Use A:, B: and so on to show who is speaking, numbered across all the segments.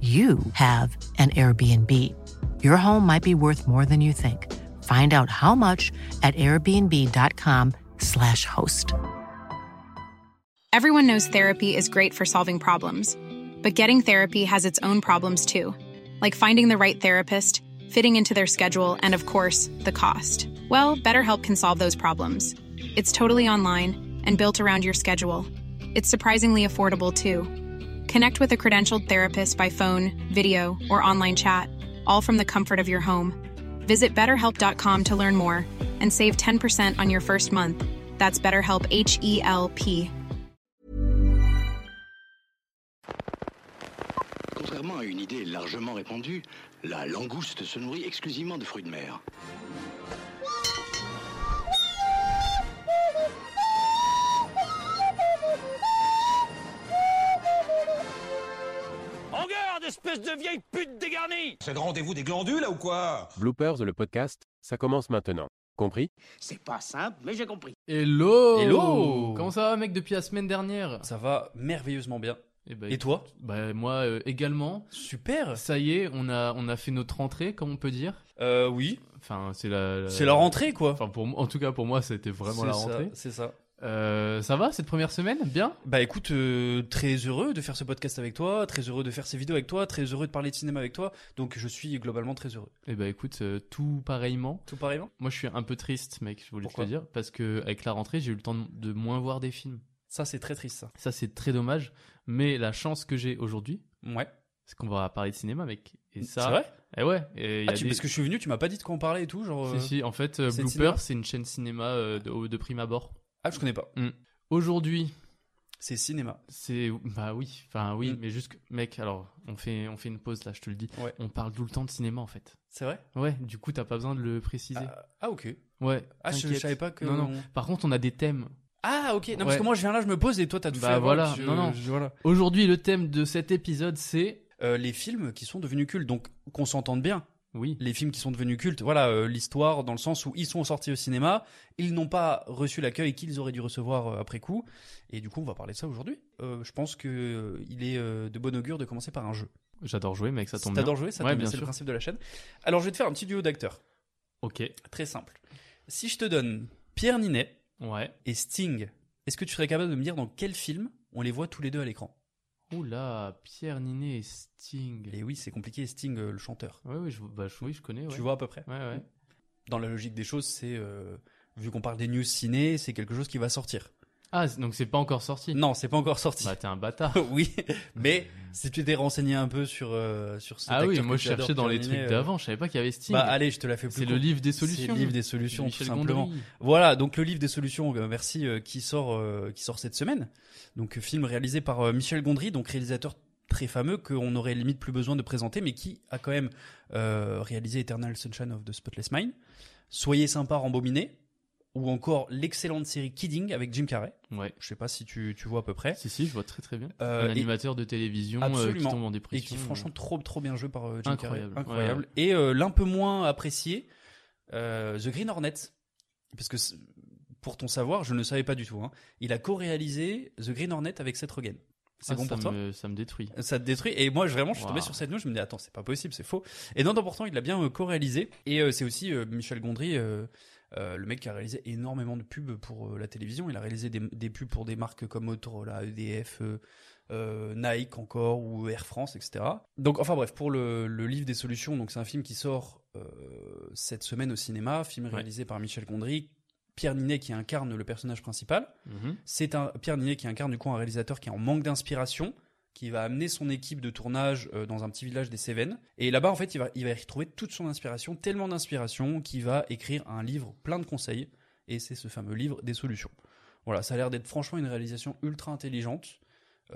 A: you have an Airbnb. Your home might be worth more than you think. Find out how much at airbnb.com/slash host.
B: Everyone knows therapy is great for solving problems, but getting therapy has its own problems too, like finding the right therapist, fitting into their schedule, and of course, the cost. Well, BetterHelp can solve those problems. It's totally online and built around your schedule. It's surprisingly affordable too. Connect with a credentialed therapist by phone, video, or online chat, all from the comfort of your home. Visit betterhelp.com to learn more and save 10% on your first month. That's BetterHelp H E L P.
C: Contrairement à une idée largement répandue, la langouste se nourrit exclusivement de fruits de mer.
D: En garde, espèce de vieille pute dégarnie
E: C'est le rendez-vous des glandus là ou quoi
F: Bloopers, le podcast, ça commence maintenant. Compris
G: C'est pas simple, mais j'ai compris.
H: Hello
I: Hello
H: Comment ça va mec depuis la semaine dernière
I: Ça va merveilleusement bien.
H: Eh ben,
I: Et toi
H: Bah moi euh, également.
I: Super
H: Ça y est, on a on a fait notre entrée, comme on peut dire.
I: Euh oui,
H: Enfin, c'est la, la-
I: Euh, c'est la rentrée quoi.
H: Enfin pour moi- en tout cas pour moi, c'était vraiment
I: C'est
H: la
I: ça,
H: rentrée.
I: C'est ça.
H: Euh, ça va cette première semaine Bien
I: Bah écoute, euh, très heureux de faire ce podcast avec toi, très heureux de faire ces vidéos avec toi, très heureux de parler de cinéma avec toi, donc je suis globalement très heureux.
H: Eh ben écoute, euh, tout pareillement.
I: Tout hein pareillement
H: Moi, je suis un peu triste, mec. Je voulais
I: Pourquoi
H: te le dire parce que avec la rentrée, j'ai eu le temps de, de moins voir des films.
I: Ça c'est très triste ça.
H: Ça, c'est très dommage. Mais la chance que j'ai aujourd'hui,
I: Ouais.
H: c'est qu'on va parler de cinéma, mec. Et ça.
I: C'est vrai
H: Eh ouais. Et il y
I: ah,
H: a
I: tu,
H: des-
I: Parce que je suis venu, tu m'as pas dit de quoi on parlait et tout, genre... euh,
H: Si, si, en fait, euh,
I: c'est le cinéma
H: Blooper, c'est une chaîne cinéma euh, de, de prime abord.
I: Ah je connais pas.
H: Aujourd'hui,
I: C'est cinéma.
H: c'est bah oui, enfin oui,
I: Mm.
H: mais juste que- mec, alors on fait on fait une pause là, je te le dis.
I: Ouais.
H: On parle tout le temps de cinéma en fait.
I: C'est vrai
H: Ouais, du coup t'as pas besoin de le préciser.
I: ah, ah, ok.
H: ouais.
I: Ah je, je
H: t'inquiète.
I: savais pas que...
H: Non non.
I: on-
H: Par contre, on a des thèmes.
I: Ah ok, non parce
H: Ouais.
I: que moi je viens là, je me pose et toi t'as tout
H: Bah,
I: fait avant,
H: voilà.
I: je-
H: Non, non.
I: je- voilà.
H: Aujourd'hui, le thème de cet épisode c'est
I: Euh, les films qui sont devenus cultes, donc qu'on s'entende bien.
H: oui.
I: les films qui sont devenus cultes, voilà, euh, l'histoire dans le sens où ils sont sortis au cinéma, ils n'ont pas reçu l'accueil qu'ils auraient dû recevoir euh, après coup, et du coup on va parler de ça aujourd'hui. Euh, je pense que euh, il est euh, de bon augure de commencer par un jeu.
H: J'adore jouer mec, ça tombe bien.
I: T'adores jouer, ça
H: Ouais,
I: tombe bien,
H: bien
I: c'est le
H: sûr.
I: principe de la chaîne. Alors je vais te faire un petit duo d'acteurs,
H: OK.
I: très simple. Si je te donne Pierre Ninet
H: Ouais.
I: et Sting, est-ce que tu serais capable de me dire dans quel film on les voit tous les deux à l'écran
H: Oula, Pierre Ninet et Sting.
I: Et Eh oui, c'est compliqué, Sting, euh, le chanteur.
H: Ouais oui, je bah, je- oui, je connais ouais.
I: Tu vois à peu près
H: Ouais ouais.
I: Dans la logique des choses, c'est euh, vu qu'on parle des news ciné, c'est quelque chose qui va sortir.
H: Ah, c'est- donc c'est pas encore sorti.
I: Non, c'est pas encore sorti.
H: Bah t'es un bâtard.
I: oui, mais si tu t'es renseigné un peu sur euh, sur cet
H: Ah oui,
I: acteur
H: moi
I: que
H: je
I: tu adores,
H: cherchais dans les
I: Pierre Ninet,
H: trucs
I: euh,
H: d'avant, je savais pas qu'il y avait Sting.
I: Bah allez, je te la fais plus.
H: c'est le
I: courte.
H: livre des
I: C'est le
H: solutions.
I: livre des solutions,
H: de
I: tout
H: Michel
I: simplement.
H: Gondry.
I: Voilà, donc le livre des solutions, euh, merci, euh, qui sort euh, qui sort cette semaine. Donc euh, film réalisé par euh, Michel Gondry, donc réalisateur très fameux qu'on aurait limite plus besoin de présenter, mais qui a quand même euh, réalisé Eternal Sunshine of the Spotless Mind, Soyez sympa, rembominé, ou encore l'excellente série Kidding avec Jim Carrey.
H: Ouais.
I: Je sais pas si tu, tu vois à peu près.
H: Si, si, je vois très très bien.
I: Euh,
H: un
I: et-
H: animateur de télévision euh, qui
I: Absolument.
H: tombe en
I: et
H: dépression.
I: qui est franchement trop trop bien joué par euh, Jim Carrey.
H: Incroyable.
I: incroyable. Et euh, l'un peu moins apprécié, euh, The Green Hornet, parce que c'est- pour ton savoir, je ne savais pas du tout. hein. Il a co-réalisé The Green Hornet avec Seth Rogen. C'est
H: Ah,
I: bon
H: ça
I: pour toi
H: me- Ça me détruit.
I: ça te détruit. Et moi, je- vraiment, je suis tombé
H: Waouh.
I: sur cette news, je me dis, attends, c'est pas possible, c'est faux. Et non, non, pourtant, il l'a bien euh, co-réalisé. Et euh, c'est aussi euh, Michel Gondry, euh, euh, le mec qui a réalisé énormément de pubs pour E euh, la télévision. Il a réalisé des, des pubs pour des marques comme Motorola, EDF, euh, euh, Nike encore ou Air France, etc. Donc enfin bref, pour le, le livre des solutions, donc c'est un film qui sort euh, cette semaine au cinéma, film
H: Ouais.
I: réalisé par Michel Gondry. Pierre Ninet qui incarne le personnage principal.
H: Mhm.
I: C'est un Pierre Ninet qui incarne du coup un réalisateur qui est en manque d'inspiration, qui va amener son équipe de tournage euh, dans un petit village des Cévennes. Et là-bas, en fait, il va, il va y retrouver toute son inspiration, tellement d'inspiration qu'il va écrire un livre plein de conseils. Et c'est ce fameux livre des solutions. Voilà, ça a l'air d'être franchement une réalisation ultra intelligente,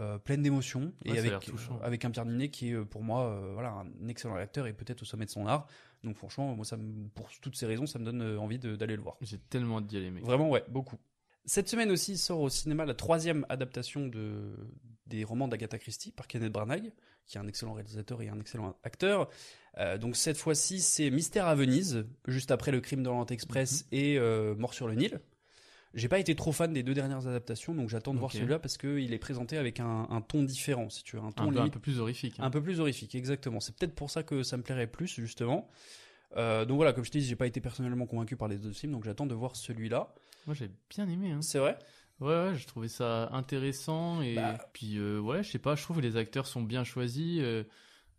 I: euh, pleine d'émotions,
H: Ouais,
I: et
H: ça a
I: avec,
H: l'air touchant.
I: euh, avec un Pierre Ninet qui est euh, pour moi euh, voilà, un excellent acteur et peut-être au sommet de son art. Donc franchement, moi, ça me- pour toutes ces raisons, ça me donne euh, envie de- d'aller le voir.
H: J'ai tellement hâte d'y aller, mec.
I: Vraiment, ouais, beaucoup. Cette semaine aussi sort au cinéma la troisième adaptation de, des romans d'Agatha Christie par Kenneth Branagh, qui est un excellent réalisateur et un excellent acteur. Euh, donc cette fois-ci, c'est Mystère à Venise, juste après Le Crime dans l'Antexpress
H: Mhm.
I: et euh, Mort sur le Nil. J'ai pas été trop fan des deux dernières adaptations, donc j'attends de voir
H: Ok.
I: celui-là parce qu'il est présenté avec un, un ton différent, si tu veux, un ton
H: Un peu, un
I: limite
H: peu plus horrifique. hein.
I: un peu plus horrifique, exactement. C'est peut-être pour ça que ça me plairait plus, justement. Euh, donc voilà, comme je te dis, j'ai pas été personnellement convaincu par les deux films, donc j'attends de voir celui-là.
H: Moi, j'ai bien aimé. Hein.
I: C'est vrai
H: Ouais, ouais, j'ai trouvé ça intéressant. Et
I: Bah.
H: puis, euh, ouais, je sais pas, je trouve que les acteurs sont bien choisis. euh,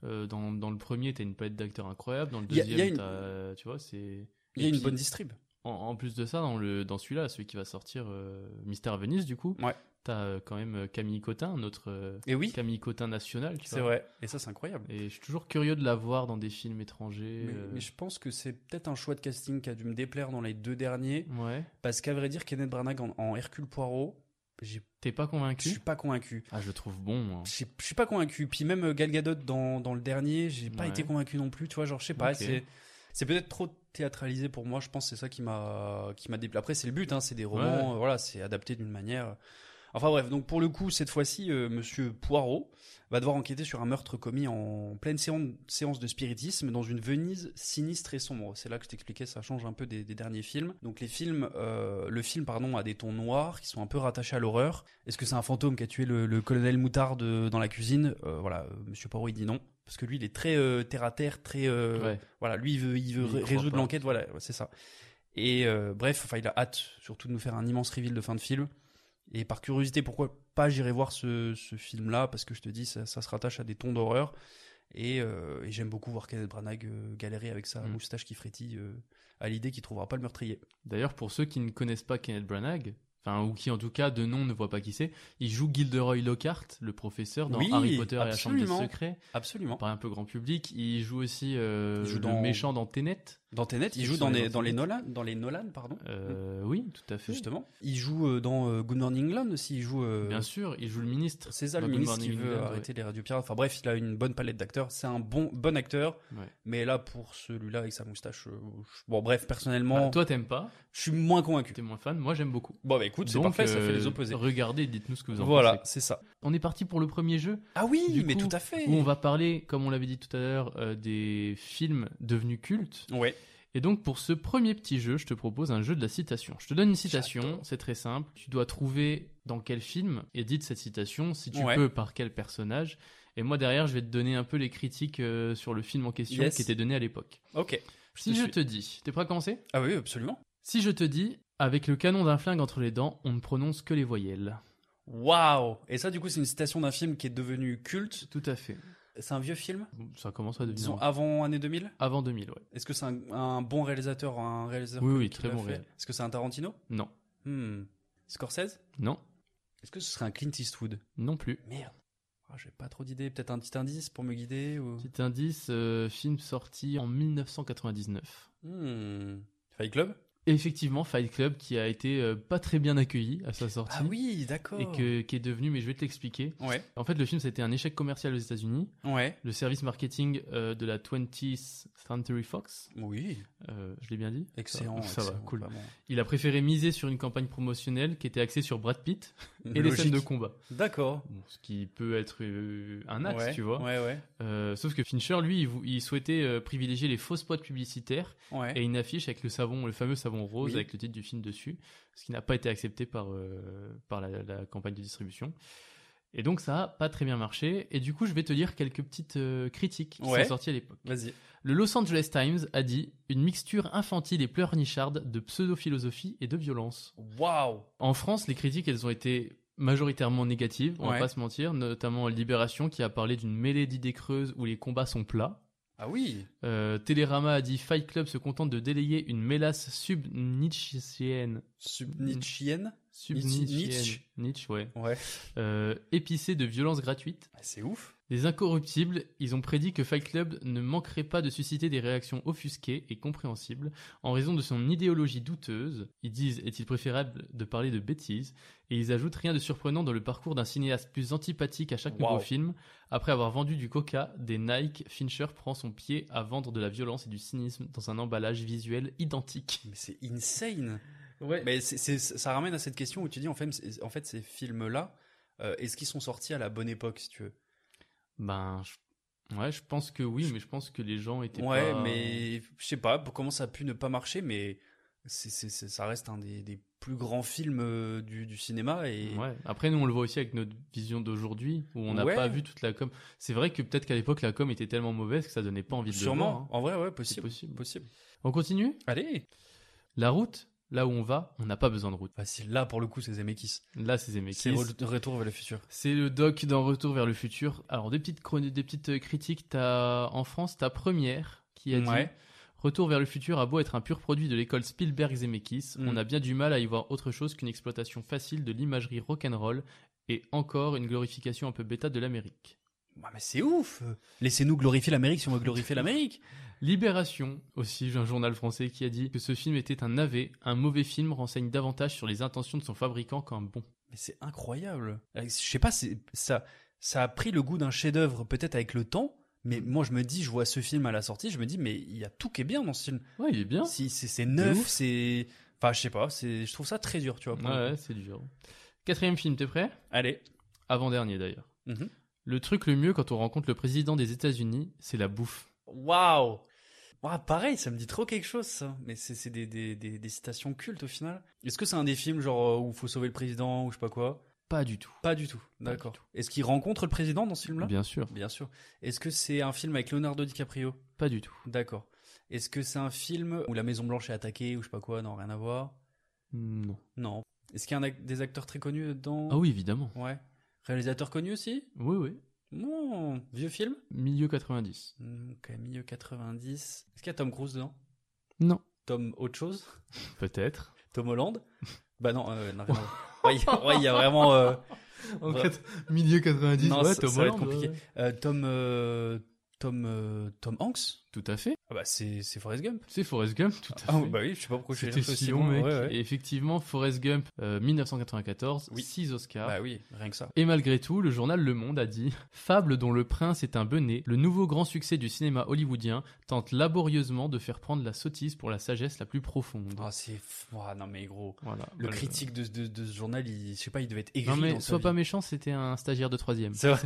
H: euh, dans, dans le premier, t'as une palette d'acteurs incroyable. Dans le
I: Y a- y a
H: deuxième,
I: une-
H: t'as- tu vois, c'est.
I: Il y a
H: Et
I: une
H: puis,
I: bonne distrib.
H: En, en plus de ça, dans, le, dans celui-là, celui qui va sortir euh, Mystère à Venise, du coup,
I: Ouais.
H: t'as euh, quand même euh, Camille Cotin, notre euh,
I: Et oui,
H: Camille Cotin national. tu
I: c'est
H: vois.
I: vrai. Et ça, c'est incroyable.
H: Et je suis toujours curieux de la voir dans des films étrangers.
I: Mais,
H: euh,
I: mais je pense que c'est peut-être un choix de casting qui a dû me déplaire dans les deux derniers,
H: Ouais.
I: parce qu'à vrai dire, Kenneth Branagh en, en Hercule Poirot, j'ai-
H: T'es pas
I: je suis
H: convaincu
I: pas convaincu.
H: Ah, je le trouve bon. moi.
I: Je suis- je suis pas convaincu. Puis même euh, Gal Gadot dans, dans le dernier, j'ai pas
H: Ouais.
I: été convaincu non plus. Tu vois, genre, je sais pas,
H: Ok.
I: c'est c'est peut-être trop théâtralisé pour moi. Je pense que c'est ça qui m'a qui m'a déplu. Après, c'est le but, hein, c'est des romans,
H: Ouais.
I: euh, voilà, c'est adapté d'une manière. euh, Enfin bref, donc pour le coup, cette fois-ci, euh, Monsieur Poirot va devoir enquêter sur un meurtre commis en pleine séan- séance de spiritisme dans une Venise sinistre et sombre. C'est là que je t'expliquais, ça change un peu des, des derniers films. Donc les films, euh, le film pardon, a des tons noirs qui sont un peu rattachés à l'horreur. Est-ce que c'est un fantôme qui a tué le, le colonel Moutarde dans la cuisine Euh, Voilà, euh, Monsieur Poirot il dit non parce que lui il est très euh, terre à terre, très euh,
H: Ouais.
I: voilà, lui il veut, il veut
H: Il y
I: ré-
H: croit
I: résoudre
H: pas.
I: l'enquête, voilà, ouais, c'est ça. Et euh, bref, enfin, il a hâte surtout de nous faire un immense reveal de fin de film. Et par curiosité, pourquoi pas j'irai voir ce, ce film-là parce que je te dis, ça, ça se rattache à des tons d'horreur. Et, euh, et j'aime beaucoup voir Kenneth Branagh euh, galérer avec sa
H: Mm.
I: moustache qui frétille euh, à l'idée qu'il trouvera pas le meurtrier.
H: D'ailleurs, pour ceux qui ne connaissent pas Kenneth Branagh, enfin ou qui en tout cas de nom ne voient pas qui c'est, il joue Gilderoy Lockhart, le professeur dans
I: Oui,
H: Harry Potter et la
I: absolument.
H: Chambre des Secrets.
I: Absolument.
H: Par un peu grand public, il joue aussi euh,
I: Il joue
H: le
I: dans-
H: méchant dans Tenet.
I: Dans Tenet, il
H: Ils
I: joue
H: sont
I: dans
H: les
I: les, dans les
H: antipodes.
I: Nolan, dans les Nolan, pardon.
H: Euh, Oui, tout à fait.
I: Hmm. Justement, il joue euh, dans euh, Good Morning England aussi. Il joue euh,
H: Bien sûr, il joue le ministre.
I: C'est ça le
H: dans Good
I: ministre qui
H: Morning
I: veut
H: England,
I: arrêter les radios pirates. Enfin bref, il a une bonne palette d'acteurs. C'est un bon, bon acteur.
H: Ouais.
I: Mais là, pour celui-là avec sa moustache, euh, je- bon bref,
H: ouais.
I: personnellement,
H: Ah, toi, t'aimes pas,
I: je suis moins convaincu.
H: t'es moins fan. Moi, j'aime beaucoup.
I: Bon bah écoute, c'est
H: Donc,
I: parfait, ça fait
H: euh,
I: les opposés.
H: Regardez, dites-nous ce que vous en
I: Voilà,
H: pensez.
I: c'est ça.
H: On est parti pour le premier jeu.
I: Ah oui,
H: Du
I: mais
H: coup,
I: tout à fait.
H: où on va parler, comme on l'avait dit tout à l'heure, euh, des films devenus cultes.
I: Ouais.
H: Et donc pour ce premier petit jeu, je te propose un jeu de la citation. Je te donne une citation,
I: J'adore.
H: c'est très simple. Tu dois trouver dans quel film est dite cette citation, si tu
I: Ouais.
H: peux par quel personnage. Et moi derrière, je vais te donner un peu les critiques euh, sur le film en question
I: Yes.
H: qui étaient données à l'époque.
I: Ok.
H: Si
I: te
H: je
I: suis.
H: te dis, t'es prêt à commencer
I: Ah oui, absolument.
H: Si je te dis, avec le canon d'un flingue entre les dents, on ne prononce que les voyelles.
I: Waouh. Et ça, du coup, c'est une citation d'un film qui est devenu culte.
H: Tout à fait.
I: C'est un vieux film.
H: Ça commence à devenir
I: Disons avant année 2000.
H: avant 2000, ouais.
I: Est-ce que c'est un, un bon réalisateur, un réalisateur
H: Oui, oui,
I: qui
H: très
I: l'a
H: bon
I: fait
H: réel.
I: Est-ce que c'est un Tarantino
H: Non,
I: Hmm. Scorsese
H: non,
I: Est-ce que ce serait un Clint Eastwood
H: non plus.
I: Merde. Ah, J'ai pas trop d'idées. Peut-être un petit indice pour me guider ou...
H: Petit indice, euh, film sorti en 1999.
I: Hmm. Fight Club
H: Effectivement, Fight Club qui a été euh, pas très bien accueilli à sa sortie.
I: Ah oui, d'accord.
H: Et que, qui est devenu, mais je vais te l'expliquer.
I: Ouais.
H: En fait, le film, c'était un échec commercial aux États-Unis.
I: Ouais.
H: Le service marketing euh, de la 20th Century Fox,
I: Oui.
H: euh, je l'ai bien dit
I: Excellent.
H: Ça, va,
I: excellent,
H: cool.
I: vraiment.
H: Il a préféré miser sur une campagne promotionnelle qui était axée sur Brad Pitt et les
I: Logique.
H: scènes de combat.
I: D'accord.
H: Bon, ce qui peut être euh, un axe,
I: ouais.
H: tu vois.
I: Ouais, ouais.
H: Euh, sauf que Fincher, lui, il, vou- il souhaitait euh, privilégier les fausses spots publicitaires
I: Ouais.
H: et une affiche avec le savon, le fameux savon rose
I: Oui.
H: avec le titre du film dessus, ce qui n'a pas été accepté par, euh, par la, la campagne de distribution. Et donc ça a pas très bien marché. Et du coup, je vais te lire quelques petites euh, critiques qui
I: Ouais.
H: sont sorties à l'époque.
I: Vas-y.
H: Le Los Angeles Times a dit une mixture infantile et pleurnicharde de pseudo-philosophie et de violence.
I: Waouh.
H: En France, les critiques, elles ont été majoritairement négatives, on
I: Ouais.
H: va pas se mentir, notamment Libération qui a parlé d'une mêlée d'idées creuses où les combats sont plats.
I: Ah oui
H: Euh, Télérama a dit Fight Club se contente de délayer une mélasse sub-nietzschéenne.
I: Subnichienne
H: Sub-nietzschéenne.
I: Nietzsche.
H: Nietzsche, ouais.
I: Ouais.
H: Euh, épicée de violences gratuites.
I: Ah, C'est ouf.
H: Les incorruptibles, ils ont prédit que Fight Club ne manquerait pas de susciter des réactions offusquées et compréhensibles en raison de son idéologie douteuse. Ils disent est-il préférable de parler de bêtises Et ils ajoutent rien de surprenant dans le parcours d'un cinéaste plus antipathique à chaque nouveau
I: Waouh.
H: film. Après avoir vendu du coca, des Nike, Fincher prend son pied à vendre de la violence et du cynisme dans un emballage visuel identique.
I: Mais c'est insane.
H: Ouais.
I: Mais c'est- c'est- ça ramène à cette question où tu dis en fait, c'est- en fait ces films-là, euh, est-ce qu'ils sont sortis à la bonne époque si tu veux
H: Ben, je... ouais, je pense que oui, mais je pense que les gens étaient
I: Ouais,
H: pas-
I: mais je sais pas comment ça a pu ne pas marcher, mais c'est c'est- c'est- ça reste un des, des plus grands films euh, du, du cinéma et
H: Ouais. Après, nous, on le voit aussi avec notre vision d'aujourd'hui, où on n'a
I: Ouais.
H: pas vu toute la com. C'est vrai que peut-être qu'à l'époque, la com était tellement mauvaise que ça donnait pas envie de le voir.
I: sûrement.
H: hein.
I: En vrai, ouais,
H: C'est
I: possible,
H: possible.
I: possible.
H: On continue
I: Allez.
H: La route, là où on va, on n'a pas besoin de route.
I: Bah, c'est là pour le coup, c'est Zemeckis.
H: Là, c'est Zemeckis.
I: C'est re- Retour vers le futur.
H: C'est le doc dans Retour vers le futur. Alors, des petites, chroni- des petites euh, critiques. T'as, en France, ta première qui a dit
I: Ouais.
H: Retour vers le futur a beau être un pur produit de l'école Spielberg-Zemeckis,
I: Mm.
H: on a bien du mal à y voir autre chose qu'une exploitation facile de l'imagerie rock'n'roll et encore une glorification un peu bêta de l'Amérique.
I: Bah, mais c'est ouf. Laissez-nous glorifier l'Amérique si on veut glorifier l'Amérique.
H: Libération, aussi un journal français qui a dit que ce film était un navet, un mauvais film renseigne davantage sur les intentions de son fabricant qu'un bon.
I: Mais c'est incroyable. Euh, Je sais pas, c'est- ça, ça a pris le goût d'un chef-d'œuvre peut-être avec le temps. Mais
H: Mm.
I: moi, je me dis, je vois ce film à la sortie, je me dis, mais il y a tout qui est bien dans ce film.
H: Ouais, il est bien.
I: Si, c'est, c'est
H: De
I: neuf,
H: ouf.
I: c'est. Enfin, je sais pas, c'est, je trouve ça très dur, tu vois. pour le
H: Ouais,
I: coup.
H: ouais, c'est dur. Quatrième film, t'es prêt
I: Allez.
H: Avant-dernier d'ailleurs.
I: Mhm.
H: Le truc le mieux quand on rencontre le président des États-Unis, c'est la bouffe.
I: Waouh! Ouah, pareil, ça me dit trop quelque chose, ça. Mais c'est, c'est des, des, des, des citations cultes au final. Est-ce que c'est un des films, genre, euh, où faut sauver le président ou je sais pas quoi?
H: Pas du tout.
I: Pas du tout.
H: Pas du
I: D'accord. Est-ce qu'il rencontre le président dans ce film-là?
H: Bien sûr,
I: Bien sûr. Est-ce que c'est un film avec Leonardo DiCaprio?
H: pas du tout.
I: D'accord. Est-ce que c'est un film où la Maison Blanche est attaquée ou je sais pas quoi? Non, rien à voir.
H: Non.
I: Non. Est-ce qu'il y a un ac- des acteurs très connus dedans?
H: Ah oui, évidemment.
I: Ouais. Réalisateur connu aussi?
H: Oui, oui.
I: Non. Vieux film?
H: Milieu 90.
I: Hmm, Ok, milieu 90. Est-ce qu'il y a Tom Cruise dedans?
H: Non.
I: Tom autre chose?
H: Peut-être.
I: Tom Holland Bah non, euh, non, rien à voir. Ouais, il ouais, il y a vraiment euh,
H: En
I: Ouais.
H: quatre- Milieu 90,
I: Non,
H: ouais,
I: ça-
H: Tom
I: ça va être
H: Holland,
I: compliqué.
H: ouais.
I: euh, Tom euh, Tom euh, Tom Hanks.
H: Tout à fait.
I: Ah bah c'est c'est Forrest Gump.
H: C'est Forrest Gump, tout à fait.
I: Ah bah oui, je sais pas pourquoi je
H: C'était
I: suis
H: si long, mec.
I: Ouais, ouais.
H: Et effectivement, Forrest Gump, euh, 1994,
I: Oui.
H: 6 Oscars.
I: Bah oui, rien que ça.
H: Et malgré tout, le journal Le Monde a dit Fable dont le prince est un benet, le nouveau grand succès du cinéma hollywoodien tente laborieusement de faire prendre la sottise pour la sagesse la plus profonde.
I: Ah c'est ah, non mais gros.
H: voilà.
I: Le
H: Voilà.
I: critique de, de, de ce journal, il, je sais pas, il devait être
H: Non
I: aigri
H: mais
I: dans sa
H: sois
I: vie.
H: pas méchant, c'était un stagiaire de troisième.
I: C'est vrai.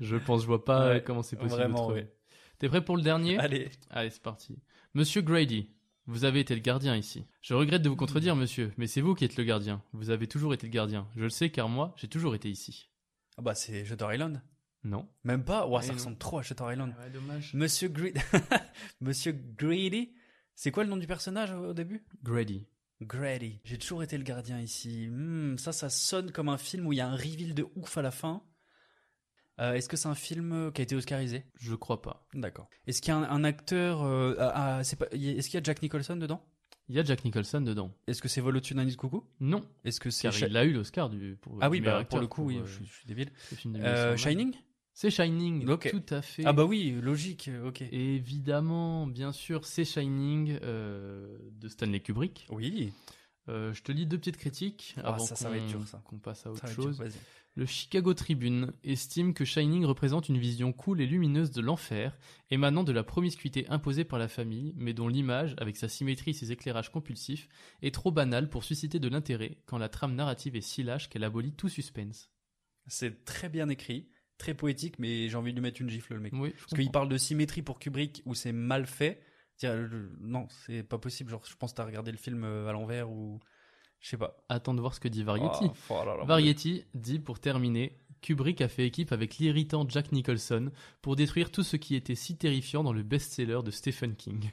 H: Je pense, je vois pas
I: Ouais,
H: euh, comment c'est possible.
I: vraiment,
H: de trouver.
I: ouais.
H: T'es prêt pour le dernier
I: Allez.
H: Allez, c'est parti. Monsieur Grady, vous avez été le gardien ici. Je regrette de vous contredire,
I: Hmm.
H: monsieur, mais c'est vous qui êtes le gardien. Vous avez toujours été le gardien. Je le sais car moi, j'ai toujours été ici.
I: Ah bah c'est Shutter Island.
H: Non.
I: Même pas. Ouah,
H: Eh
I: ça
H: non.
I: ressemble trop à Shutter Island.
H: dommage.
I: Monsieur Greedy. Monsieur Greedy. C'est quoi le nom du personnage au au début
H: Grady.
I: Grady. J'ai toujours été le gardien ici. Hmm, ça, ça sonne comme un film où il y a un reveal de ouf à la fin. Euh, Est-ce que c'est un film euh, qui a été Oscarisé
H: Je crois pas.
I: D'accord. Est-ce qu'il y a un, un acteur euh, ah, ah, c'est pas- y a- Est-ce qu'il y a Jack Nicholson dedans
H: Il y a Jack Nicholson dedans.
I: Est-ce que c'est Vol au-dessus d'un nid de coucou
H: Non,
I: Est-ce que c'est
H: car
I: Shi-
H: il a eu l'Oscar du pour
I: Ah
H: du
I: oui,
H: meilleur
I: bah, pour
H: acteur
I: le coup, oui,
H: euh,
I: je, je suis débile.
H: le film de
I: Euh,
H: 1909.
I: Shining
H: C'est Shining,
I: Ok.
H: tout à fait.
I: Ah bah oui, logique, euh, ok.
H: Évidemment, bien sûr, c'est Shining euh, de Stanley Kubrick.
I: Oui,
H: Euh, je te lis deux petites critiques
I: Ah,
H: avant
I: ça, ça va être
H: qu'on-
I: dur, ça.
H: qu'on passe à
I: ça
H: autre
I: va être dur,
H: chose.
I: vas-y.
H: Le Chicago Tribune estime que Shining représente une vision cool et lumineuse de l'enfer, émanant de la promiscuité imposée par la famille, mais dont l'image, avec sa symétrie et ses éclairages compulsifs, est trop banale pour susciter de l'intérêt quand la trame narrative est si lâche qu'elle abolit tout suspense.
I: C'est très bien écrit, très poétique, mais j'ai envie de lui mettre une gifle, le mec.
H: Oui, je
I: Parce qu'il
H: comprends.
I: parle de symétrie pour Kubrick où c'est mal fait. Dire, euh, non, c'est pas possible. Genre, je pense que t'as regardé le film euh, à l'envers ou. Je sais pas.
H: Attends de voir ce que dit Variety.
I: Oh, oh là là, mon
H: Variety dit pour terminer Kubrick a fait équipe avec l'irritant Jack Nicholson pour détruire tout ce qui était si terrifiant dans le best-seller de Stephen King.
I: Dieu.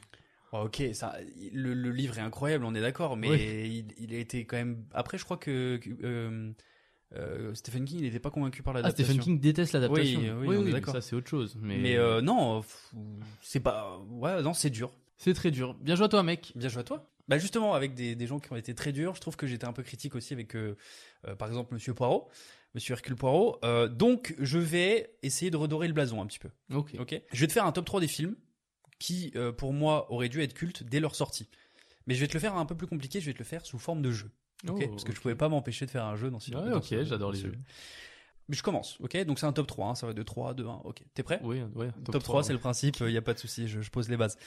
I: Ouais, ok, ça, le, le livre est incroyable, on est d'accord, mais
H: Oui.
I: il, il a été quand même. Après, je crois que, que, euh, euh, Stephen King, il n'était pas convaincu par
H: Ah,
I: l'adaptation.
H: Stephen King déteste l'adaptation.
I: Oui, oui, on est d'accord.
H: ça c'est autre chose. Mais,
I: Mais, euh, non, pff, c'est pas. Ouais, non, c'est dur.
H: c'est très dur. Bien joué à toi, mec.
I: Bien joué à toi. Bah justement, avec des, des gens qui ont été très durs, je trouve que j'étais un peu critique aussi avec, euh, euh, par exemple, Monsieur Poirot, Monsieur Hercule Poirot. Euh, donc, je vais essayer de redorer le blason un petit peu.
H: Ok.
I: Ok. Je vais te faire un top 3 des films qui, euh, pour moi, auraient dû être cultes dès leur sortie. Mais je vais te le faire un peu plus compliqué, je vais te le faire sous forme de jeu. ok
H: Oh,
I: Parce que je
H: ok.
I: pouvais pas m'empêcher de faire un jeu dans ce
H: Ouais,
I: dans
H: ok,
I: ce-
H: j'adore
I: dans
H: les
I: ce
H: jeux.
I: Mais je commence, ok Donc c'est un top 3, hein, ça va de 3, 2, 1, ok. T'es prêt
H: Oui, ouais,
I: Top, 3, c'est le principe, il n'y a pas de souci, je, je pose les bases.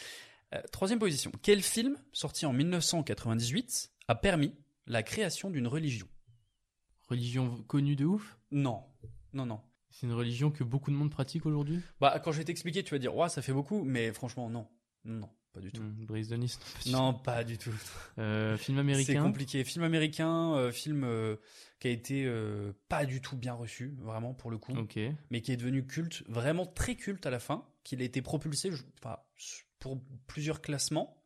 I: Euh, troisième position, quel film, sorti en 1998, a permis la création d'une religion
H: Religion connue de ouf.
I: Non, non, non.
H: C'est une religion que beaucoup de monde pratique aujourd'hui.
I: Bah, quand je vais t'expliquer, tu vas dire, ouais, ça fait beaucoup, mais franchement, non. Non, non, pas du tout.
H: Hum, Bryce Dennis. non, pas du
I: Non, pas du tout.
H: tout. Euh, film américain.
I: C'est compliqué. Film américain, euh, film euh, qui a été euh, pas du tout bien reçu, vraiment pour le coup,
H: Ok.
I: mais qui est devenu culte, vraiment très culte à la fin, qu'il a été propulsé je- enfin, pour plusieurs classements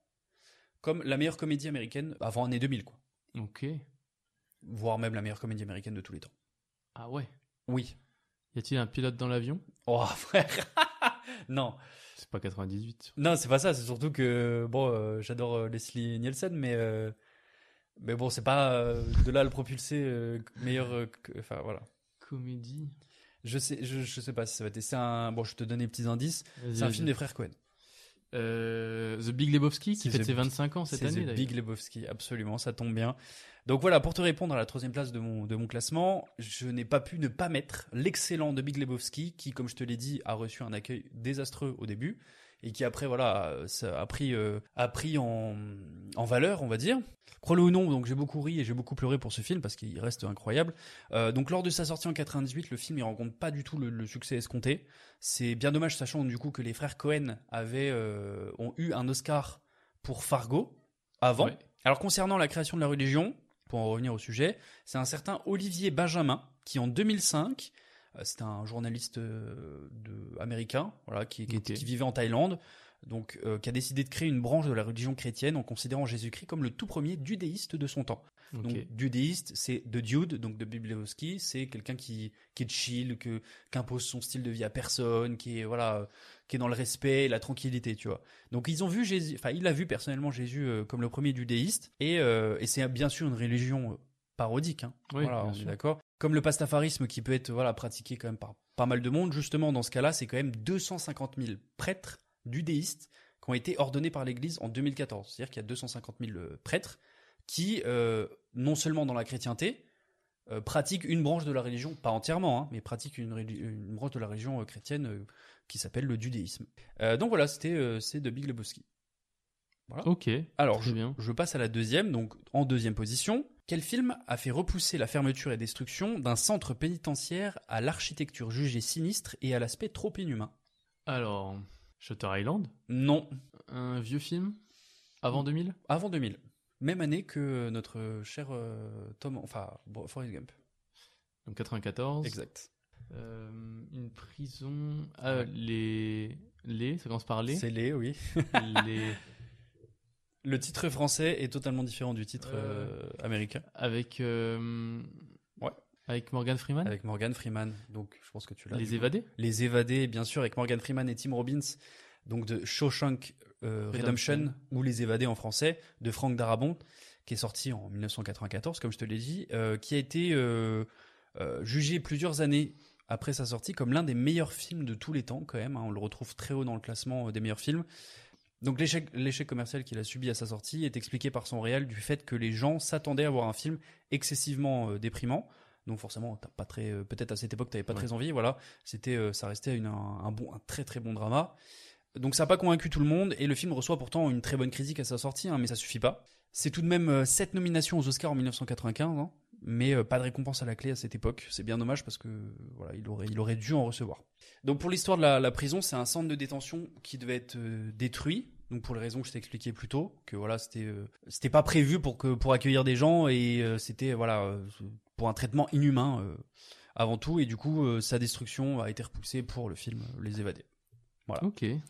I: comme la meilleure comédie américaine avant année 2000, quoi.
H: Ok.
I: Voire même la meilleure comédie américaine de tous les temps.
H: Ah ouais.
I: Oui.
H: Y a-t-il un pilote dans l'avion
I: Oh frère. non,
H: C'est pas 98.
I: non, c'est pas ça. C'est surtout que bon, euh, j'adore euh, Leslie Nielsen, mais euh, mais bon, c'est pas euh, de là à le propulser euh, meilleur. euh, que- Enfin voilà.
H: Comédie.
I: Je sais, je, je sais pas si ça va être. C'est un. Bon, je te donne des petits indices.
H: Vas-y,
I: C'est un
H: vas-y.
I: film des frères Cohen.
H: Euh, The Big Lebowski qui
I: C'est
H: fête
I: The
H: ses
I: Big-
H: 25 ans cette
I: C'est
H: année
I: The
H: d'ailleurs.
I: Big Lebowski, absolument, ça tombe bien. Donc voilà, pour te répondre à la troisième place de mon, de mon classement, je n'ai pas pu ne pas mettre l'excellent de Big Lebowski, qui, comme je te l'ai dit, a reçu un accueil désastreux au début, et qui après, voilà, ça a pris, euh, a pris en, en valeur, on va dire. Crois-le ou non, donc j'ai beaucoup ri et j'ai beaucoup pleuré pour ce film parce qu'il reste incroyable. Euh, donc lors de sa sortie en 98, le film il rencontre pas du tout le, le succès escompté. C'est bien dommage, sachant du coup que les frères Cohen avaient euh, ont eu un Oscar pour Fargo avant.
H: Ouais.
I: Alors concernant la création de la religion, pour en revenir au sujet, c'est un certain Olivier Benjamin qui en 2005, euh, c'est un journaliste euh, de- américain, voilà, qui, qui,
H: Ok.
I: qui vivait en Thaïlande, donc euh, qui a décidé de créer une branche de la religion chrétienne en considérant Jésus-Christ comme le tout premier dudéiste de son temps.
H: Ok.
I: Donc dudéiste, c'est de dude, donc de Bibliowski, c'est quelqu'un qui qui est chill, que qu'impose son style de vie à personne, qui est voilà, euh, qui est dans le respect, et la tranquillité, tu vois. Donc ils ont vu Jésus, enfin il a vu personnellement Jésus euh, comme le premier dudéiste, et euh, et c'est bien sûr une religion euh, parodique, hein.
H: Oui,
I: voilà,
H: bien
I: on est
H: sûr.
I: d'accord. Comme le pastafarisme qui peut être voilà pratiqué quand même par pas mal de monde, justement dans ce cas-là, c'est quand même 250 000 prêtres dudéistes qui ont été ordonnés par l'Église en 2014. C'est-à-dire qu'il y a 250 000 euh, prêtres qui, euh, non seulement dans la chrétienté, euh, pratiquent une branche de la religion, pas entièrement, hein, mais pratiquent une, réli- une branche de la religion euh, chrétienne euh, qui s'appelle le dudéisme. Euh, donc voilà, c'était euh, c'est de Big Lebowski.
H: Ok.
I: Alors,
H: Très
I: je,
H: bien.
I: je passe à la deuxième, donc en deuxième position. Quel film a fait repousser la fermeture et destruction d'un centre pénitentiaire à l'architecture jugée sinistre et à l'aspect trop inhumain
H: Alors, Shutter Island,
I: Non,
H: un vieux film
I: Mmh.
H: avant 2000.
I: avant 2000. Même année que notre cher euh, Tom, enfin, bon, Forrest Gump.
H: Donc 94.
I: Exact.
H: Euh, une prison. Ah, les. Les, ça commence par les.
I: C'est les, oui.
H: Les-
I: Le titre français est totalement différent du titre
H: Ouais, ouais,
I: euh, américain,
H: Avec. euh,
I: Ouais.
H: Avec Morgan Freeman.
I: avec Morgan Freeman. Donc, je pense que tu l'as.
H: les
I: du coup.
H: évadés.
I: Les évadés, bien sûr, avec Morgan Freeman et Tim Robbins, donc de Shawshank euh, Redemption,
H: Redemption.
I: ou Les évadés en français, de Frank Darabont, qui est sorti en 1994, comme je te l'ai dit, euh, qui a été euh, euh, jugé plusieurs années après sa sortie comme l'un des meilleurs films de tous les temps, quand même. hein. on le retrouve très haut dans le classement euh, des meilleurs films. Donc l'échec l'échec commercial qu'il a subi à sa sortie est expliqué par son réel du fait que les gens s'attendaient à voir un film excessivement euh, déprimant. Donc forcément, t'as pas très, euh, peut-être à cette époque, t'avais pas
H: Ouais.
I: très envie. Voilà, c'était, euh, ça restait une- un, un bon, un très très bon drama. Donc ça n'a pas convaincu tout le monde et le film reçoit pourtant une très bonne critique à sa sortie, hein, mais ça suffit pas. C'est tout de même euh, sept nominations aux Oscars en 1995, hein, mais euh, pas de récompense à la clé à cette époque. C'est bien dommage parce que voilà, il aurait, il aurait dû en recevoir. Donc pour l'histoire de la, la prison, c'est un centre de détention qui devait être euh, détruit. Donc pour les raisons que je t'ai expliquées plus tôt, que voilà, c'était euh, c'était pas prévu pour que pour accueillir des gens et euh, c'était voilà euh, pour un traitement inhumain euh, avant tout et du coup euh, sa destruction a été repoussée pour le film euh, Les Évadés.
H: Ok.
I: Et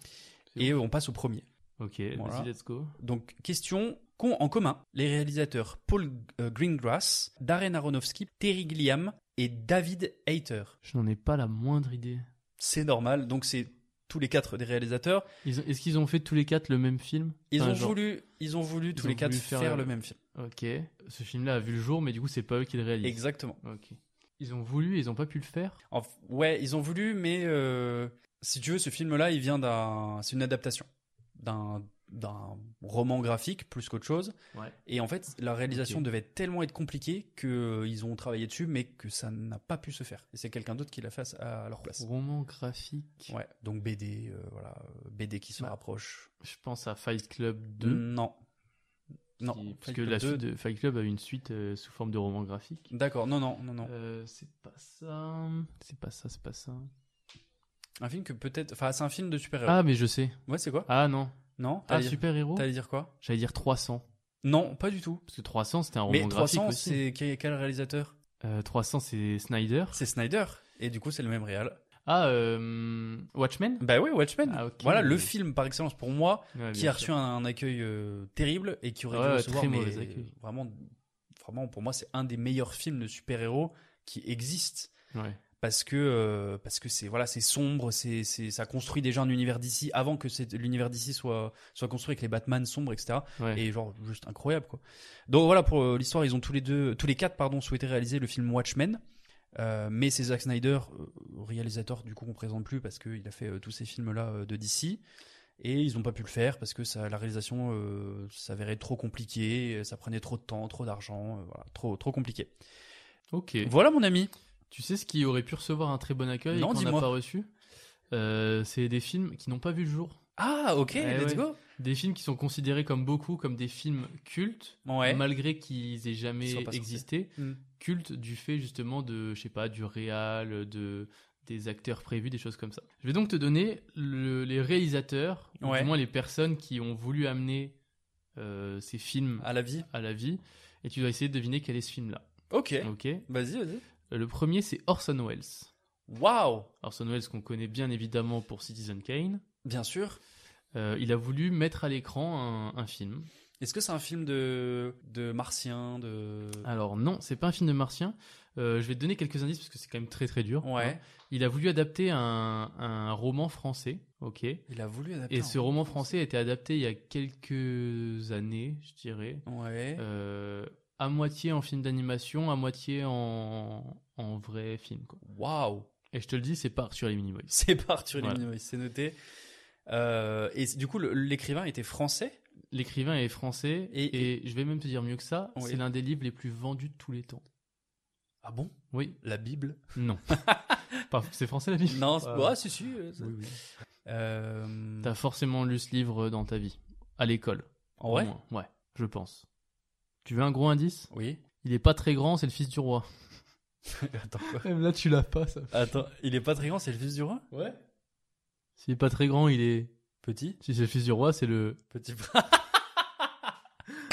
I: euh, on passe au premier.
H: Ok, vas-y, let's go.
I: Donc, question qu'ont en commun les réalisateurs Paul euh, Greengrass, Darren Aronofsky, Terry Gilliam et David Hayter.
H: Je n'en ai pas la moindre idée.
I: C'est normal, donc c'est tous les quatre des réalisateurs.
H: Ils ont- Est-ce qu'ils ont fait tous les quatre le même film
I: Ils
H: Enfin,
I: ont
H: genre-
I: voulu, ils ont voulu tous
H: ont
I: les quatre
H: voulu
I: faire,
H: faire le-
I: le même film.
H: Ok. Ce film-là a vu le jour, mais du coup, c'est pas eux qui le réalisent.
I: Exactement.
H: Ok. Ils ont voulu, ils ont pas pu le faire.
I: En f- ouais, ils ont voulu, mais euh, si tu veux, ce film-là, il vient d'un, c'est une adaptation d'un d'un roman graphique plus qu'autre chose.
H: Ouais.
I: Et en fait, la réalisation
H: Ok.
I: devait tellement être compliquée que euh, ils ont travaillé dessus, mais que ça n'a pas pu se faire. Et c'est quelqu'un d'autre qui l'a fait à à leur place.
H: Roman graphique.
I: Ouais. Donc BD, euh, voilà, euh, BD qui se
H: Bah,
I: rapproche.
H: Je pense à Fight Club 2.
I: Non. Mm, Non.
H: qui- parce
I: Fight
H: que
I: Club
H: la
I: 2,
H: suite de Fight Club a une suite euh, sous forme de roman graphique.
I: D'accord. Non, non, non, non.
H: Euh, c'est pas ça. C'est pas ça, c'est pas ça.
I: Euh. Un film que peut-être. Enfin, c'est un film de super-héros.
H: Ah, mais je sais.
I: Ouais, c'est quoi
H: Ah non.
I: Non
H: Ah,
I: t'allais dire-
H: super-héros
I: T'allais dire quoi
H: J'allais dire 300.
I: Non, pas du tout.
H: Parce que 300, c'était un roman
I: Mais
H: graphique
I: 300,
H: aussi.
I: c'est quel, quel réalisateur
H: Euh, 300, c'est Snyder.
I: C'est Snyder. Et du coup, c'est le même réal.
H: Ah, euh, Watchmen
I: Bah ouais, Watchmen.
H: Ah, ok.
I: Voilà le film par excellence pour moi
H: Ouais,
I: qui
H: bien
I: a reçu
H: sûr.
I: un, un accueil euh, terrible et qui aurait
H: Ouais,
I: dû recevoir
H: très
I: mais
H: mauvais accueil.
I: vraiment, vraiment pour moi, c'est un des meilleurs films de super-héros qui existe.
H: Ouais.
I: parce que euh, parce que c'est voilà c'est sombre c'est c'est ça construit déjà un univers d'ici avant que c'est- l'univers d'ici soit soit construit avec les Batman sombres etc
H: Ouais.
I: et genre juste incroyable quoi donc voilà pour euh, l'histoire ils ont tous les deux tous les quatre pardon souhaité réaliser le film Watchmen Euh, mais c'est Zack Snyder euh, réalisateur du coup qu'on présente plus parce qu'il a fait euh, tous ces films là de DC et ils n'ont pas pu le faire parce que ça, la réalisation euh, s'avérait trop compliquée, euh, ça prenait trop de temps, trop d'argent, euh, voilà, trop trop compliqué.
H: Ok.
I: Voilà mon ami.
H: Tu sais ce qui aurait pu recevoir un très bon accueil
I: Non,
H: et qu'on n'a
I: dis-moi.
H: pas reçu Euh, C'est des films qui n'ont pas vu le jour.
I: Ah ok,
H: Ouais,
I: let's
H: ouais.
I: go.
H: Des films qui sont considérés comme beaucoup comme des films cultes,
I: Ouais.
H: malgré qu'ils aient
I: Ils
H: jamais
I: soient pas sortis.
H: existé.
I: Mm.
H: Culte du fait justement de, je sais pas, du réal, de des acteurs prévus, des choses comme ça. Je vais donc te donner le- les réalisateurs, ou
I: Ouais.
H: du moins les personnes qui ont voulu amener euh, ces films
I: À la vie.
H: à la vie, et tu dois essayer de deviner quel est ce film-là.
I: Ok.
H: Ok. Euh,
I: Vas-y, vas-y.
H: Le premier, c'est Orson Welles.
I: Waouh
H: Orson Welles qu'on connaît bien évidemment pour Citizen Kane.
I: Bien sûr.
H: Euh, il a voulu mettre à l'écran un, un film.
I: Est-ce que c'est un film de, de martien de...
H: Alors non, c'est pas un film de martien. Euh, je vais te donner quelques indices parce que c'est quand même très très dur.
I: Ouais.
H: hein. Il a voulu adapter un, un roman français, ok.
I: Il a voulu adapter.
H: Et
I: un-
H: ce roman français a été adapté il y a quelques années, je dirais.
I: Ouais.
H: Euh, à moitié en film d'animation, à moitié en, en vrai film. Quoi.
I: Waouh
H: Et je te le dis, c'est pas sur les Mini Boys.
I: C'est par Arthur
H: Voilà.
I: Lemino, c'est noté. Euh, et du coup, le- l'écrivain était français
H: L'écrivain est français
I: Et-
H: et, je vais même te dire mieux que ça,
I: Oui.
H: c'est l'un des livres les plus vendus de tous les temps.
I: Ah bon
H: Oui,
I: La Bible
H: non. Pas- c'est français la Bible
I: Non, c'est-
H: Euh,
I: ah, si, si. euh, ça- Euh,
H: T'as forcément lu ce livre dans ta vie, à l'école.
I: En vrai
H: Au moins. Ouais, je pense. Tu veux un gros indice
I: Oui.
H: Il est pas très grand, c'est le fils du roi.
I: Attends, quoi
H: Même Eh, là, tu l'as pas, ça.
I: Attends, il est pas très grand, c'est le fils du roi
H: Ouais. S'il est pas très grand, il est.
I: Petit
H: Si c'est le fils du roi, c'est le.
I: Petit prince.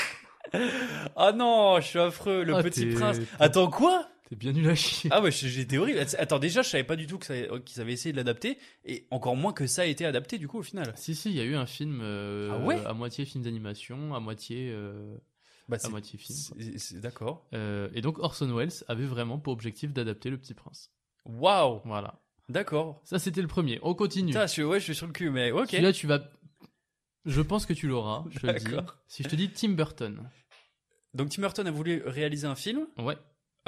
I: Ah non, je suis affreux, le
H: Ah,
I: petit
H: t'es-
I: prince.
H: t'es-
I: Attends quoi
H: T'es bien nul à chier.
I: Ah ouais, j'ai- j'étais horrible. Attends, déjà, je savais pas du tout que ça- euh, qu'ils avaient essayé de l'adapter, et encore moins que ça a été adapté du coup au final.
H: Si, si, il y a eu un film. euh,
I: Ah ouais
H: À moitié film d'animation, à moitié. euh,
I: Bah,
H: à
I: c'est-
H: moitié film. quoi.
I: c'est- c'est- D'accord.
H: Euh, et donc Orson Welles avait vraiment pour objectif d'adapter Le Petit Prince.
I: Waouh,
H: Voilà.
I: d'accord.
H: Ça, c'était le premier. On continue.
I: Putain, je, suis- ouais, je suis sur le cul, mais ok.
H: Celui-là, tu vas. Je pense que tu l'auras, je te le dis.
I: D'accord.
H: Si je te dis Tim Burton.
I: Donc Tim Burton a voulu réaliser un film,
H: Ouais.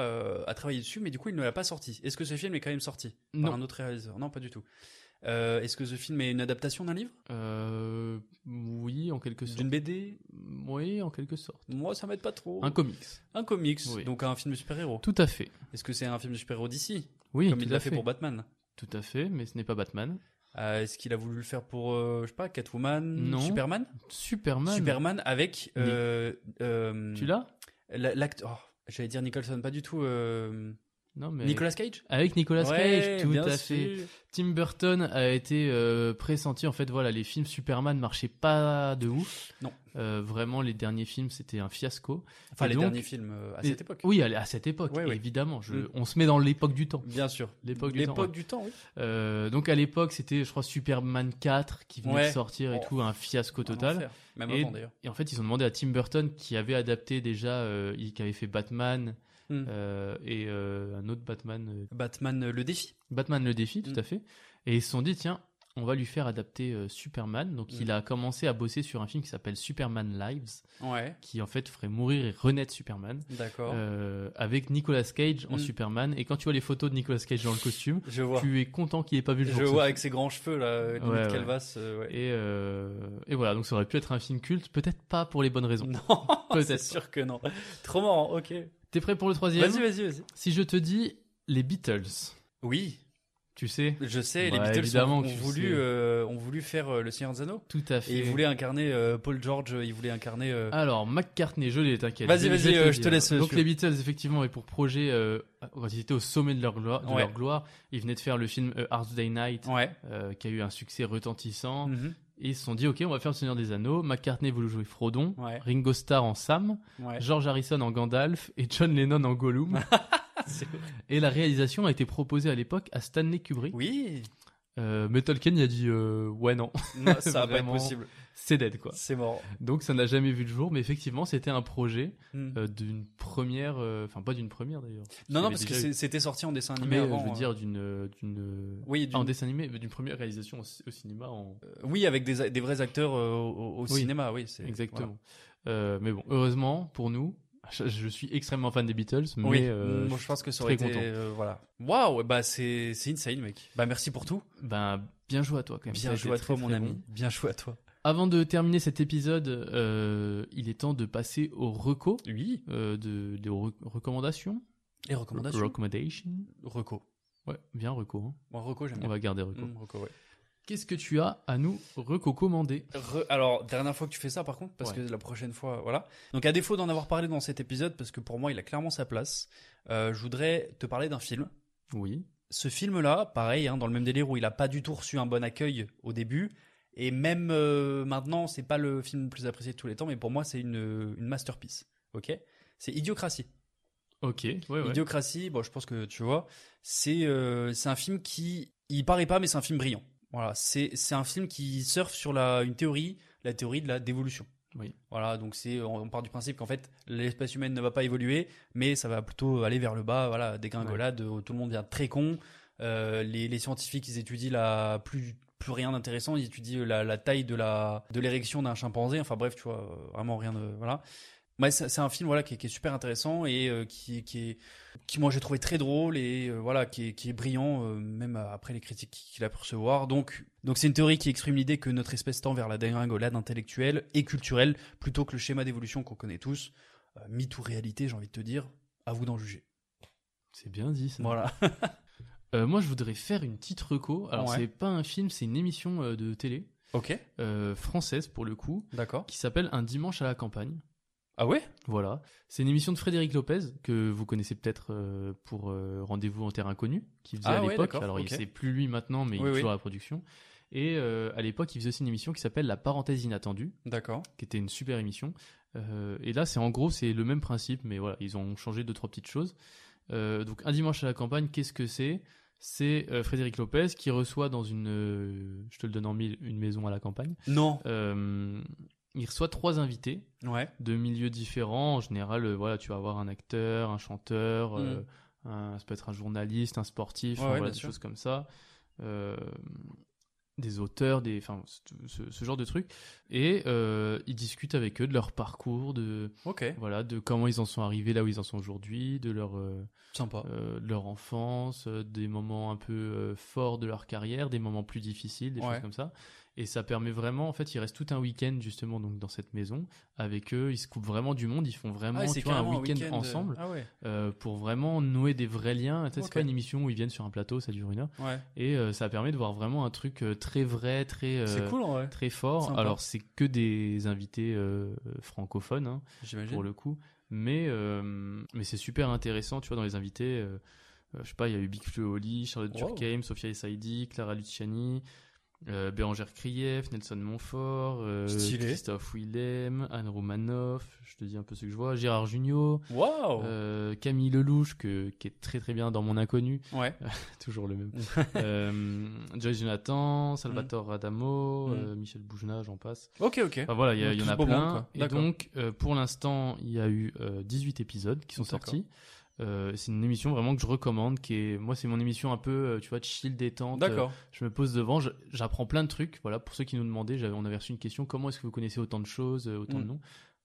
I: euh, a travaillé dessus, mais du coup, il ne l'a pas sorti. Est-ce que ce film est quand même sorti
H: Non.
I: par un autre réalisateur Non, pas du tout. Euh, Est-ce que ce film est une adaptation d'un livre
H: Euh, oui, en quelque sorte.
I: D'une BD
H: Oui, en quelque sorte.
I: Moi, ça m'aide pas trop.
H: Un comics.
I: Un comics,
H: Oui.
I: donc un film de super-héros.
H: Tout à fait.
I: Est-ce que c'est un film de super-héros d'ici
H: Oui,
I: Comme
H: tout
I: il
H: à
I: l'a fait. pour Batman.
H: Tout à fait, mais ce n'est pas Batman.
I: Euh, Est-ce qu'il a voulu le faire pour, euh, je sais pas, Catwoman
H: Non.
I: Superman
H: Superman.
I: Superman avec. euh, euh,
H: Tu l'as
I: la- L'acteur. oh, J'allais dire Nicholson, pas du tout. euh,
H: Non, mais
I: Nicolas Cage
H: Avec Nicolas
I: Ouais,
H: Cage, tout
I: bien
H: à
I: sûr.
H: fait. Tim Burton a été euh, pressenti. En fait, voilà, les films Superman marchaient pas de ouf.
I: Non.
H: Euh, vraiment, les derniers films, c'était un fiasco.
I: Enfin,
H: Et
I: les
H: donc-
I: derniers films euh, à
H: Et-
I: cette époque.
H: Oui, à, à cette époque,
I: Ouais, ouais.
H: évidemment. Je-
I: Mm.
H: On se met dans l'époque du temps.
I: Bien sûr.
H: L'époque du temps.
I: L'époque
H: ouais.
I: du temps, oui.
H: Euh, donc à l'époque, c'était, je crois, Superman 4 qui venait
I: Ouais.
H: de sortir et
I: Oh.
H: tout, un fiasco total.
I: Un enfer. Même
H: Et-
I: avant d'ailleurs.
H: Et en fait, ils ont demandé à Tim Burton, qui avait adapté déjà, euh, il- qui avait fait Batman
I: Hmm.
H: euh, et euh, un autre Batman, euh,
I: Batman euh, le défi.
H: Batman le défi, tout
I: Mm.
H: à fait. Et ils se sont dit, tiens, on va lui faire adapter euh, Superman. Donc
I: Mm.
H: il a commencé à bosser sur un film qui s'appelle Superman Lives,
I: Ouais.
H: qui en fait ferait mourir et renaître Superman,
I: D'accord.
H: euh, avec Nicolas Cage en
I: Mm.
H: Superman. Et quand tu vois les photos de Nicolas Cage dans le costume,
I: Je vois.
H: tu es content qu'il ait pas vu le jour.
I: Je
H: ce
I: vois
H: film.
I: avec ses grands cheveux là, euh, limite
H: Ouais, ouais.
I: Calvas. euh, ouais.
H: Et, euh, et voilà, donc ça aurait pu être un film culte, peut-être pas pour les bonnes raisons.
I: Non, c'est
H: Peut-être.
I: sûr que non. Trop marrant, ok.
H: T'es prêt pour le troisième
I: Vas-y, vas-y, vas-y.
H: Si je te dis les Beatles,
I: Oui,
H: tu sais
I: je sais, les
H: Ouais,
I: Beatles
H: Bah, évidemment
I: ont,
H: que
I: ont
H: tu
I: voulu,
H: sais.
I: euh, ont voulu faire euh, Le Seigneur des Anneaux.
H: Tout à fait.
I: Et ils voulaient incarner euh, Paul George, ils voulaient incarner... euh,
H: Alors, McCartney, je l'ai, t'inquiète.
I: Vas-y,
H: vais-
I: vas-y,
H: vais
I: euh, je te
H: dire.
I: laisse,
H: Donc,
I: je-
H: les Beatles, effectivement, et pour projet, euh, quand ils étaient au sommet de leur gloire, de
I: Ouais.
H: leur gloire ils venaient de faire le film euh, Hard Day Night,
I: Ouais.
H: euh, qui a eu un succès retentissant.
I: Mhm.
H: Et ils se sont dit, ok, on va faire Le Seigneur des Anneaux. McCartney voulait jouer Frodon,
I: Ouais.
H: Ringo Starr en Sam,
I: Ouais.
H: George Harrison en Gandalf et John Lennon en Gollum.
I: C'est vrai.
H: et la réalisation a été proposée à l'époque à Stanley Kubrick.
I: Oui,
H: Euh, mais Tolkien il a dit, euh, ouais, non,
I: Non, ça va pas être
H: Vraiment. Euh,
I: possible.
H: c'est dead, quoi.
I: C'est mort.
H: Donc ça n'a jamais vu le jour, mais effectivement, c'était un projet
I: Mm.
H: euh, d'une première, euh, enfin pas d'une première d'ailleurs.
I: non,
H: Il y
I: non,
H: avait
I: parce que
H: déjà eu-
I: c'est- c'était sorti en dessin animé
H: mais euh,
I: avant,
H: je veux
I: euh,
H: dire d'une, euh, d'une,
I: Oui,
H: ah, en
I: d'une- euh,
H: dessin animé, mais d'une première réalisation au, ci- au cinéma. En...
I: Oui, avec des, des vrais acteurs euh, au, au
H: Oui.
I: cinéma, oui. c'est-
H: Exactement. Euh, mais bon, heureusement pour nous, je, je suis extrêmement fan des Beatles, mais
I: voilà. Oui,
H: euh,
I: moi je pense que ça aurait
H: très
I: été.
H: content.
I: euh, voilà. Waouh, bah c'est c'est insane, mec. Bah merci pour tout.
H: ben bien joué à toi quand même. Ça a
I: Bien
H: été
I: joué à
H: très,
I: toi,
H: très
I: mon ami.
H: bon.
I: Bien joué à toi.
H: Avant de terminer cet épisode, euh, il est temps de passer aux recos,
I: Oui.
H: euh, de, des re- recommandations.
I: Et recommandations
H: Recommendation.
I: Reco.
H: Ouais, bien reco. hein.
I: Moi, Reco, j'aime
H: On
I: bien.
H: va garder reco.
I: Mm, reco, ouais.
H: Qu'est-ce que tu as à nous recommander
I: Re- Alors, dernière fois que tu fais ça, par contre, parce
H: Ouais.
I: que la prochaine fois, voilà. Donc, à défaut d'en avoir parlé dans cet épisode, parce que pour moi, il a clairement sa place, euh, je voudrais te parler d'un film.
H: Oui.
I: ce film-là, pareil, hein, dans le même délire où il a pas du tout reçu un bon accueil au début, et même euh, maintenant, c'est pas le film le plus apprécié de tous les temps, mais pour moi, c'est une, une masterpiece. Ok C'est Idiocratie.
H: Ok. Ouais, ouais.
I: Idiocratie, bon, je pense que tu vois, c'est euh, c'est un film qui, il paraît pas, mais c'est un film brillant. Voilà, c'est c'est un film qui surfe sur la, une théorie, la théorie de la dévolution.
H: Oui.
I: Voilà, donc c'est, on on part du principe qu'en fait, l'espèce humaine ne va pas évoluer, mais ça va plutôt aller vers le bas, voilà, dégringolade, où tout le monde devient très con. Euh, les, les scientifiques, ils étudient la plus plus rien d'intéressant, ils étudient la, la taille de la de l'érection d'un chimpanzé. Enfin bref, tu vois, euh, vraiment rien de voilà. Ouais, c'est c'est un film voilà qui est, qui est super intéressant et euh, qui qui est qui moi j'ai trouvé très drôle et euh, voilà qui est, qui est brillant euh, même après les critiques qu'il a pu recevoir donc donc c'est une théorie qui exprime l'idée que notre espèce tend vers la dégringolade intellectuelle et culturelle plutôt que le schéma d'évolution qu'on connaît tous euh, mythe ou réalité j'ai envie de te dire à vous d'en juger
H: C'est bien dit ça.
I: voilà
H: Euh, moi, je voudrais faire une petite reco. Alors,
I: Ouais.
H: c'est pas un film, c'est une émission euh, de télé
I: ok
H: euh, française pour le coup,
I: d'accord
H: qui s'appelle Un dimanche à la campagne.
I: ah ouais
H: Voilà. C'est une émission de Frédéric Lopez que vous connaissez peut-être euh, pour euh, Rendez-vous en terre inconnue, qui faisait
I: Ah
H: à
I: ouais,
H: l'époque.
I: d'accord,
H: Alors,
I: ok.
H: il c'est plus lui maintenant, mais il
I: Oui,
H: est
I: oui.
H: toujours à la production. Et euh, à l'époque, il faisait aussi une émission qui s'appelle La parenthèse inattendue.
I: d'accord
H: qui était une super émission. Euh, et là, c'est en gros, c'est le même principe, mais voilà, ils ont changé deux trois petites choses. Euh, donc, un dimanche à la campagne, qu'est-ce que c'est C'est euh, Frédéric Lopez qui reçoit dans une, euh, je te le donne en mille, une maison à la campagne.
I: non
H: Euh, il reçoit trois invités
I: ouais
H: de milieux différents. En général, euh, voilà, tu vas avoir un acteur, un chanteur, euh, un- ça peut être un journaliste, un sportif,
I: Mm.
H: enfin,
I: Ouais, ouais,
H: voilà,
I: bien
H: des
I: sûr.
H: choses comme ça. Euh, des auteurs, des, enfin, ce- ce, ce genre de trucs. Et euh, ils discutent avec eux de leur parcours, de,
I: ok
H: voilà, de comment ils en sont arrivés là où ils en sont aujourd'hui, de leur, euh,
I: sympa
H: euh, de leur enfance, euh, des moments un peu euh, forts de leur carrière, des moments plus difficiles, des
I: Ouais.
H: choses comme ça. Et ça permet vraiment, en fait, ils restent tout un week-end justement donc dans cette maison avec eux. Ils se coupent vraiment du monde, ils font vraiment
I: Ah,
H: tu vois, un
I: carrément
H: week-end
I: euh,
H: ensemble
I: ah ouais
H: euh, pour vraiment nouer des vrais liens. Tu sais,
I: Ok.
H: C'est pas une émission où ils viennent sur un plateau, ça dure une heure,
I: ouais
H: et euh, ça permet de voir vraiment un truc euh, très vrai, très euh,
I: c'est cool en vrai
H: très fort.
I: Sympa.
H: Alors c'est que des invités euh, francophones. hein
I: j'imagine
H: pour le coup. Mais, euh, mais c'est super intéressant, tu vois, dans les invités. euh, euh, je sais pas, il y a eu Big Flo Oli, Charlotte Durkheim, Sofia Essaidi, Clara Luciani, euh, Bérangère Krief, Nelson Montfort, euh,
I: Stylé.
H: Christophe Willem, Anne Romanoff, je te dis un peu ce que je vois, Gérard Jugnot,
I: Waouh
H: euh, Camille Lelouch, que, qui est très très bien dans Mon Inconnu,
I: Ouais.
H: toujours le même, euh, Joyce Jonathan, Salvatore Adamo,
I: Mm.
H: euh, Michel Boujna, j'en passe.
I: Ok, ok.
H: Enfin, voilà, il y, a-
I: Donc,
H: il y en
I: tout
H: a
I: beau monde,
H: plein.
I: quoi.
H: et
I: D'accord.
H: donc, euh, pour l'instant, il y a eu euh, 18 épisodes qui sont
I: D'accord.
H: sortis. Euh, c'est une émission vraiment que je recommande. Qui est, moi, c'est mon émission un peu, euh, tu vois, chill, détente. Euh,
I: D'accord.
H: je me pose devant, je- j'apprends plein de trucs. Voilà, pour ceux qui nous demandaient, j'avais- on avait reçu une question comment est-ce que vous connaissez autant de choses, euh, autant de
I: Mm.
H: noms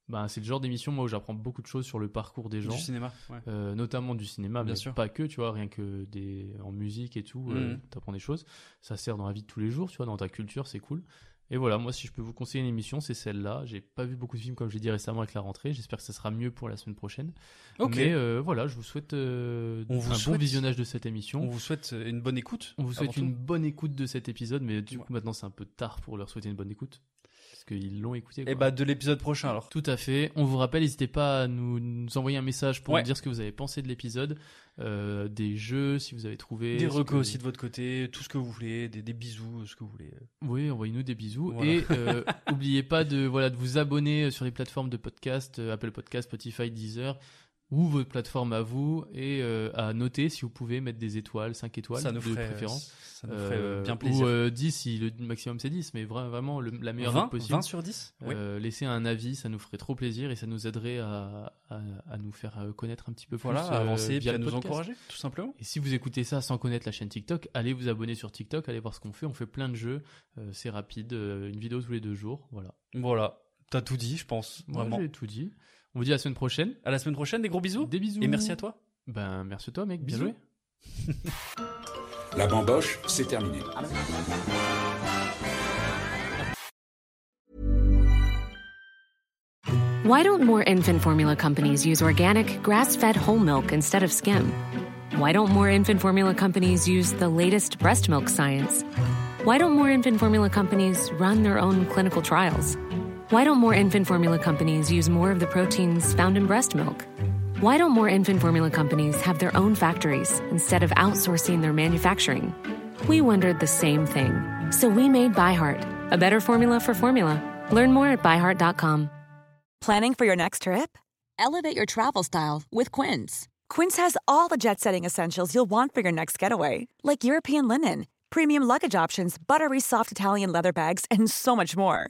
H: ben, C'est le genre d'émission, moi, où j'apprends beaucoup de choses sur le parcours des gens.
I: Du cinéma. Ouais.
H: Euh, notamment du cinéma,
I: Bien
H: mais
I: sûr.
H: pas que, tu vois, rien que des, en musique et tout, euh,
I: Mhm.
H: t'apprends des choses. Ça sert dans la vie de tous les jours, tu vois, dans ta culture, c'est cool. Et voilà, moi, si je peux vous conseiller une émission, c'est celle-là. J'ai pas vu beaucoup de films, comme j'ai dit récemment avec la rentrée. J'espère que ça sera mieux pour la semaine prochaine.
I: Ok.
H: Mais euh, voilà, je vous souhaite euh,
I: On vous
H: un bon
I: souhaite-
H: visionnage de cette émission.
I: On vous souhaite euh, une bonne écoute.
H: On vous souhaite
I: avant
H: une
I: tout.
H: bonne écoute de cet épisode, mais du
I: Ouais.
H: coup, maintenant, c'est un peu tard pour leur souhaiter une bonne écoute. Parce qu'ils l'ont écouté.
I: Eh
H: quoi.
I: bah, de l'épisode prochain alors.
H: Tout à fait. On vous rappelle, n'hésitez pas à nous, nous envoyer un message pour
I: Ouais.
H: nous dire ce que vous avez pensé de l'épisode, euh, des jeux, si vous avez trouvé.
I: Des
H: ce
I: recos
H: que-
I: aussi de votre côté, tout ce que vous voulez, des, des bisous, ce que vous voulez.
H: Oui, envoyez-nous des bisous.
I: Voilà.
H: Et euh, oubliez pas de, voilà, de vous abonner euh, sur les plateformes de podcast, euh, Apple Podcast, Spotify, Deezer, ou votre plateforme à vous, et euh, à noter si vous pouvez mettre des étoiles, 5 étoiles,
I: ça nous
H: de
I: ferait,
H: préférence.
I: ça nous ferait euh,
H: Euh,
I: bien plaisir.
H: Ou euh, 10, si le maximum c'est 10, mais vra- vraiment le- la meilleure
I: 20,
H: note possible.
I: 20 sur 10 Oui.
H: Euh, laisser un avis, ça nous ferait trop plaisir et ça nous aiderait à, à- à nous faire euh, connaître un petit peu plus.
I: Voilà,
H: euh,
I: avancer, puis
H: via
I: à
H: le
I: nous
H: podcast.
I: encourager, tout simplement.
H: Et si vous écoutez ça sans connaître la chaîne TikTok, allez vous abonner sur TikTok, allez voir ce qu'on fait. On fait plein de jeux, euh, c'est rapide, euh, une vidéo tous les deux jours. Voilà.
I: Voilà, t'as tout dit, je pense,
H: Moi,
I: vraiment.
H: j'ai tout dit. On vous dit à la semaine prochaine.
I: À la semaine prochaine, des gros bisous.
H: Des bisous.
I: Et merci à toi.
H: Ben, merci à toi, mec. Bien
I: Bisous.
H: joué.
J: La bamboche, c'est terminé.
K: Why don't more infant formula companies use organic, grass fed whole milk instead of skim? Why don't more infant formula companies use the latest breast milk science? Why don't more infant formula companies run their own clinical trials? Why don't more infant formula companies use more of the proteins found in breast milk? Why don't more infant formula companies have their own factories instead of outsourcing their manufacturing? We wondered the same thing. So we made ByHeart, a better formula for formula. Learn more at byheart.com.
L: Planning for your next trip? Elevate your travel style with Quince. Quince has all the jet setting essentials you'll want for your next getaway, like European linen, premium luggage options, buttery soft Italian leather bags, and so much more.